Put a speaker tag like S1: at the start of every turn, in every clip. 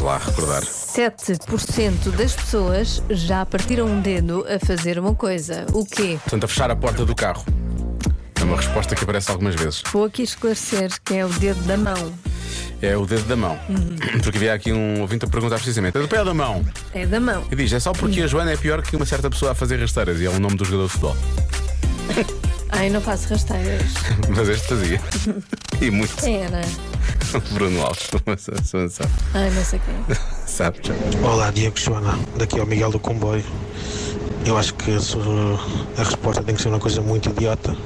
S1: lá recordar.
S2: 7% das pessoas já partiram um dedo a fazer uma coisa. O quê?
S1: Portanto, a fechar a porta do carro. É uma resposta que aparece algumas vezes.
S2: Vou aqui esclarecer que é o dedo da mão.
S1: É o dedo da mão. Porque havia aqui um ouvinte a perguntar precisamente: é do pé ou da mão?
S2: É da mão.
S1: E diz: é só porque a Joana é pior que uma certa pessoa a fazer rasteiras. E é o nome do jogador de futebol.
S2: Ai, não faço rasteiras.
S1: Mas este fazia. E muito.
S2: Era.
S1: Bruno Alves, sabe?
S2: Ai, não sei quem.
S1: Sabe, já.
S3: Olá, Diego Joana, daqui é o Miguel do Comboio. Eu acho que a, sua- a resposta tem que ser uma coisa muito idiota.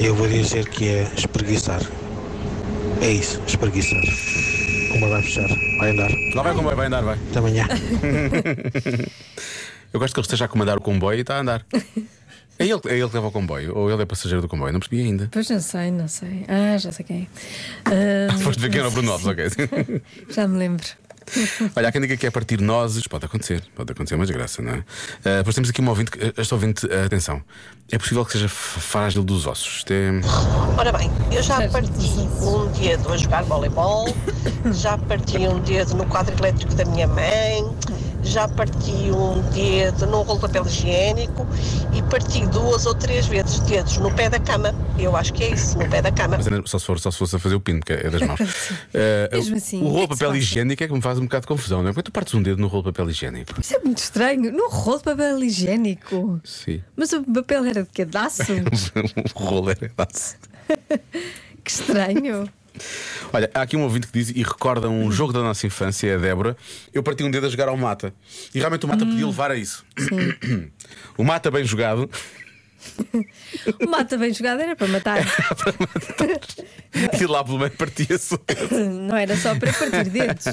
S3: Eu vou dizer que é espreguiçar. É isso, espreguiçar. Uma vai fechar, vai andar.
S1: Lá vai o comboio, vai andar, vai.
S3: Até amanhã.
S1: Eu gosto que ele esteja a comandar o comboio e está a andar. É ele, é ele que leva o comboio, ou ele é passageiro do comboio, não percebi ainda.
S2: Pois não sei, não sei. Ah, já sei quem é. Ah,
S1: Depois de ver quem era o Bruno Alves, ok.
S2: Já me lembro.
S1: Olha, há quem diga que é partir nozes, pode acontecer, pode acontecer uma desgraça, não é? Ah, depois temos aqui uma ouvinte, que- esta ouvinte, ah, atenção, é possível que seja f- frágil dos ossos. Isto é-
S4: Ora bem, eu já parti um dedo a jogar voleibol, já parti um dedo no quadro elétrico da minha mãe, já parti um dedo num rolo de papel higiênico e parti duas ou três vezes dedos no pé da cama. Eu acho que é isso, no pé da cama.
S1: Mas era só se, for, só se fosse a fazer o pino, que é das mãos. Ah,
S2: Mesmo
S1: o-
S2: assim,
S1: o
S2: o que
S1: rolo
S2: é que
S1: de
S2: se
S1: papel
S2: passa?
S1: higiênico é que me faz um bocado de confusão, não é? Porque tu partes um dedo no rolo de papel higiênico.
S2: Isso é muito estranho. Num rolo de papel higiênico.
S1: Sim.
S2: Mas o papel era de cadastro?
S1: o rolo é era dá-se.
S2: que estranho.
S1: Olha, há aqui um ouvinte que diz e recorda
S2: Uhum.
S1: um jogo da nossa infância, a Débora. Eu parti um dedo a jogar ao mata. E realmente o mata
S2: Hum.
S1: podia levar a isso. o mata bem jogado.
S2: O mata bem jogado era para matar.
S1: E lá pelo meio partia-se.
S2: Não era só para partir dedos.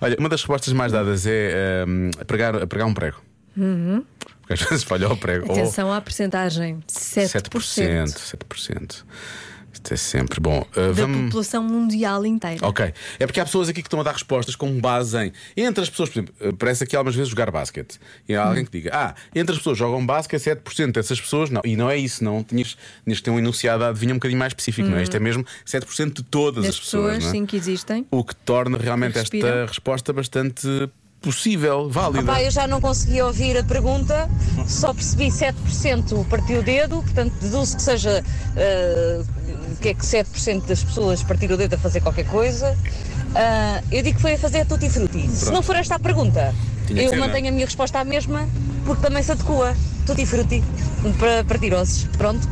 S1: Olha, uma das respostas mais dadas é hum, pregar, pregar um prego.
S2: Uhum.
S1: Porque às vezes falha o prego. Ou
S2: Atenção à percentagem: 7%,
S1: 7%. 7%. Isto é sempre bom. Uh,
S2: da
S1: vamos.
S2: população mundial inteira.
S1: Ok. É porque há pessoas aqui que estão a dar respostas com base em. Entre as pessoas, por exemplo, eh, parece aqui algumas vezes jogar basquete. E há
S2: Hum.
S1: alguém que diga: Ah, entre as pessoas jogam basquete, 7% dessas pessoas. Não, e não é isso, não. Tinhas, tinhas que ter um enunciado, a adivinha um bocadinho mais específico, não é? Isto é mesmo 7% de todas
S2: Uhum. Das
S1: as pessoas.
S2: pessoas,
S1: não é?
S2: sim, que existem.
S1: O que torna realmente esta
S2: Respiram.
S1: resposta bastante possível, válida.
S5: Pá, eu já não consegui ouvir a pergunta, só percebi 7% partiu o dedo, portanto deduzo que seja ah, que é que 7% das pessoas partiram o dedo a fazer qualquer coisa. Ah, eu digo que foi a fazer a tutti frutti. Se não for esta a pergunta,
S1: Tinha que
S5: eu
S1: ser, não é?
S5: mantenho a minha resposta à mesma, porque também se adequa. Tutti frutti, para partir ossos. Pronto.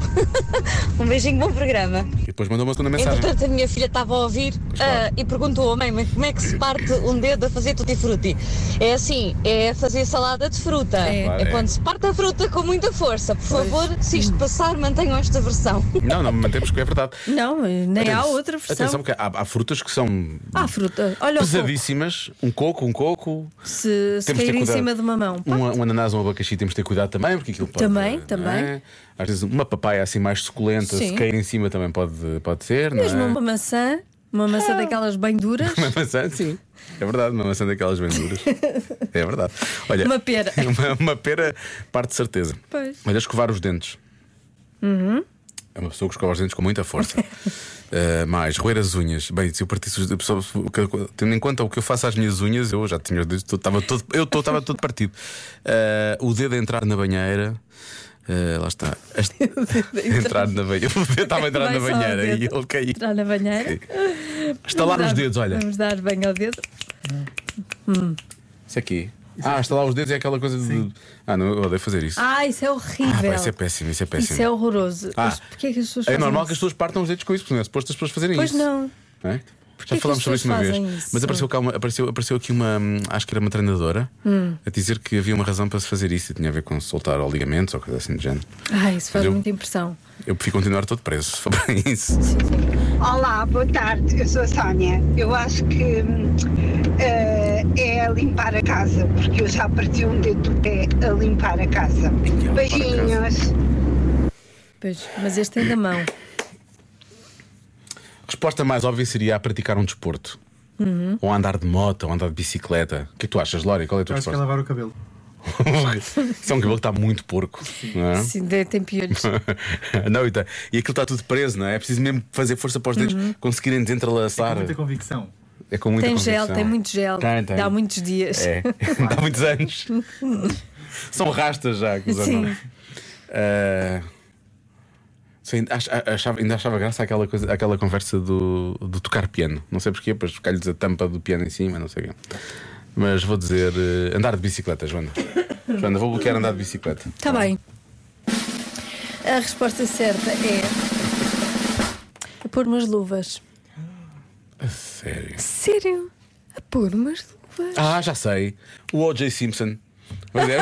S5: um beijinho, bom programa.
S1: E depois mandou uma segunda mensagem.
S5: Entretanto, a minha filha estava a ouvir ah, e perguntou à mãe "Mãe, como é que se parte um dedo a fazer tutti frutti. É assim, é fazer salada de fruta.
S2: É.
S5: É,
S1: Claro, é.
S5: quando se parte a fruta com muita força. Por favor, se isto passar, mantenham esta versão.
S1: Não, não, mantemos que é verdade.
S2: Não, eh, nem há outra versão.
S1: Atenção, porque há, há frutas que são
S2: Há fruta. Olha o coco.
S1: pesadíssimas. Um coco, um coco.
S2: Se,
S1: Temos de
S2: se
S1: ter
S2: cair em
S1: cuidado.
S2: cima de uma mão. Pá,
S1: Um, um ananás ou um abacaxi temos de ter cuidado também, porque aquilo pode.
S2: Também,
S1: não é?
S2: também.
S1: Às vezes uma papaya assim mais suculenta,
S2: Sim.
S1: se cair em cima também pode, pode ser,
S2: Mesmo
S1: não é? Ah.
S2: uma maçã, uma maçã daquelas bem duras,
S1: Uma maçã, sim. É verdade, uma maçã daquelas bem duras. é verdade. Olha,
S2: Uma pera.
S1: Uma, uma pera parte de certeza.
S2: Pois. Uhum.
S1: Olha, escovar os dentes. É uma pessoa que escova os dentes com muita força. Uh, mais, roer as unhas. Bem, se eu partisse os pessoa- tendo em conta o que eu faço às minhas unhas, eu já tinha os dedos, todo- estava todo, eu todo- estava todo partido. Uh, o dedo a entrar na banheira. uh, lá está. Este- entrar na banheira. O dedo estava a entrar na
S2: Vai só o
S1: banheira e
S2: dedo.
S1: ele caiu.
S2: entrar na banheira.
S1: Estalar
S2: Vamos
S1: os
S2: dar-
S1: dedos, olha.
S2: Vamos dar bem ao dedo.
S1: Isso aqui. Ah, estalar os dedos é aquela coisa de. Ah, não, eu odeio fazer isso.
S2: Ah, isso é horrível.
S1: Pá, isso é péssimo, isso é péssimo.
S2: Isso é horroroso.
S1: Ah,
S2: Mas porquê é que as pessoas
S1: é
S2: fazem
S1: normal que as
S2: isso?
S1: pessoas partam os dedos com isso, porque não é suposto as pessoas fazerem
S2: Pois
S1: isso.
S2: não.
S1: não é? Já
S2: que
S1: falámos
S2: as
S1: sobre isso uma
S2: pessoas
S1: vez.
S2: fazem isso?
S1: Mas apareceu, cá uma- apareceu, apareceu aqui uma, hum, acho que era uma treinadora,
S2: Hum.
S1: a dizer que havia uma razão para se fazer isso e tinha a ver com soltar ou ligamentos ou coisa assim do género.
S2: Ai, isso faz
S1: Eu-
S2: muita impressão.
S1: Eu prefiro continuar todo preso, se for para isso.
S6: Olá, boa tarde, eu sou a Sónia. Eu acho que hum, eh, é limpar a casa, porque eu já parti um dedo do pé a limpar a casa.
S1: a
S6: Beijinhos.
S2: Pois, mas este é da mão.
S1: Resposta mais óbvia seria a praticar um desporto.
S2: Uhum.
S1: Ou a andar de moto, ou a andar de bicicleta. O que é que tu achas, Lória? Qual é a tua
S7: Acho que é
S1: resposta?
S7: lavar o cabelo.
S1: Isso é um cabelo que está muito porco. Não é?
S2: Sim, de- tem piolhos.
S1: não, e, tá- e aquilo está tudo preso, não é? É preciso mesmo fazer força para os dedos conseguirem
S7: Com
S1: desentrelaçar.
S7: muita convicção.
S1: É com muita
S2: Uhum. Tem gel,
S1: convicção.
S2: tem muito gel.
S1: Tem, tem.
S2: Dá muitos dias.
S1: É, dá muitos anos. São rastas já que usam,
S2: Sim.
S1: não é? Ah, sim, ainda ach- achava, ainda achava graça aquela, coisa, aquela conversa do, do tocar piano. Não sei porquê, pois calhos a tampa do piano em cima, não sei o quê. Mas vou dizer eh, andar de bicicleta, Joana. Joana, vou bloquear andar de bicicleta.
S2: Está Tá bem. A resposta certa é. A pôr umas luvas.
S1: A sério.
S2: Sério? A pôr umas luvas?
S1: Ah, já sei. O O.J. Simpson. Pois é.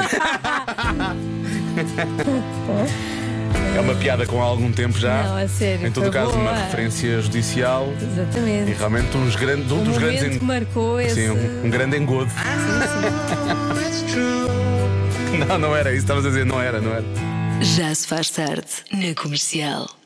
S1: é uma piada com há algum tempo já.
S2: Não, a sério,
S1: Em todo
S2: foi
S1: caso, uma
S2: boa.
S1: referência judicial e
S2: Exatamente.
S1: realmente uns grandes, um
S2: O
S1: dos
S2: momento
S1: grandes. en-
S2: que marcou esse.
S1: Sim, um, um grande engodo. Não, não era isso. Estavas a dizer, não era, não era.
S7: Já se faz tarde na comercial.